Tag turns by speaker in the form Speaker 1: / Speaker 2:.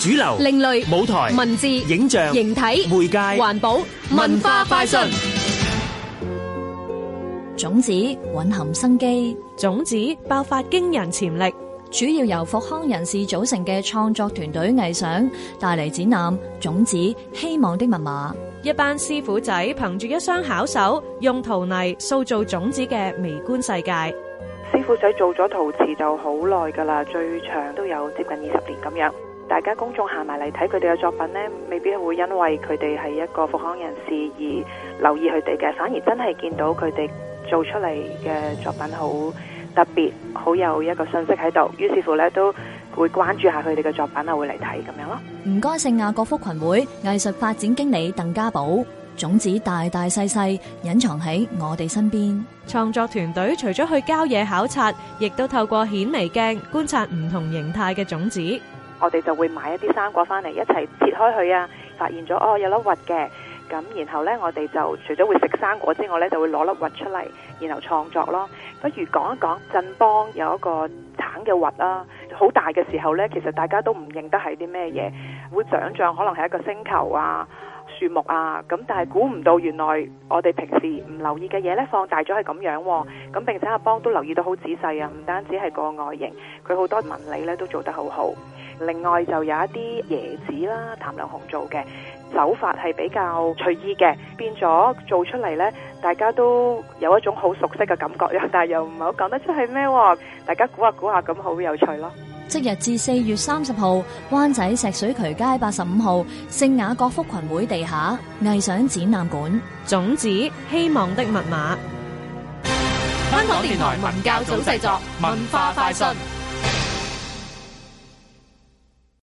Speaker 1: 主流、
Speaker 2: 另類
Speaker 1: 舞台、
Speaker 2: 文字
Speaker 1: 影像、
Speaker 2: 形體
Speaker 1: 媒介
Speaker 2: 環保文化快訊。
Speaker 3: 種子蕴含生機，
Speaker 4: 種子爆發驚人潛力。
Speaker 3: 主要由復康人士組成嘅創作團隊藝想帶嚟展覽《種子希望的密碼》。
Speaker 4: 一班師傅仔憑住一雙巧手，用陶泥塑造種子嘅微觀世界。
Speaker 5: 師傅仔做咗陶瓷就好耐㗎啦，最長都有接近二十年咁樣。大家公眾行埋嚟睇佢哋嘅作品呢，未必會因為佢哋係一個復康人士而留意佢哋嘅，反而真係見到佢哋做出嚟嘅作品好特別，好有一個信息喺度。於是乎呢，都會關注下佢哋嘅作品啊，會嚟睇咁樣咯。
Speaker 3: 唔該，聖雅各福群會藝術發展經理鄧家寶，種子大大細細隱藏喺我哋身邊。
Speaker 4: 創作團隊除咗去郊野考察，亦都透過顯微鏡觀察唔同形態嘅種子。
Speaker 5: 我哋就會買一啲生果翻嚟一齊切開佢啊，發現咗哦有粒核嘅，咁然後呢，我哋就除咗會食生果之外呢，就會攞粒核出嚟，然後創作咯。不如講一講振邦有一個橙嘅核啦，好大嘅時候呢，其實大家都唔認得係啲咩嘢，會想像可能係一個星球啊。樹木啊，咁但係估唔到原來我哋平時唔留意嘅嘢呢，放大咗係咁樣喎、咁並且阿邦都留意到好仔細啊，唔單止係個外形，佢好多紋理呢都做得好好。另外就有一啲椰子啦，譚良雄做嘅手法係比較隨意嘅，變咗做出嚟呢，大家都有一種好熟悉嘅感覺，但係又唔係好講得出係咩喎，大家估下估下咁好有趣咯。
Speaker 3: 即日至四月三十號，灣仔石水渠街八十五號聖雅各福群會地下藝想展覽館。
Speaker 4: 種子希望的密碼。
Speaker 2: 香港電台文教組製作文化快訊。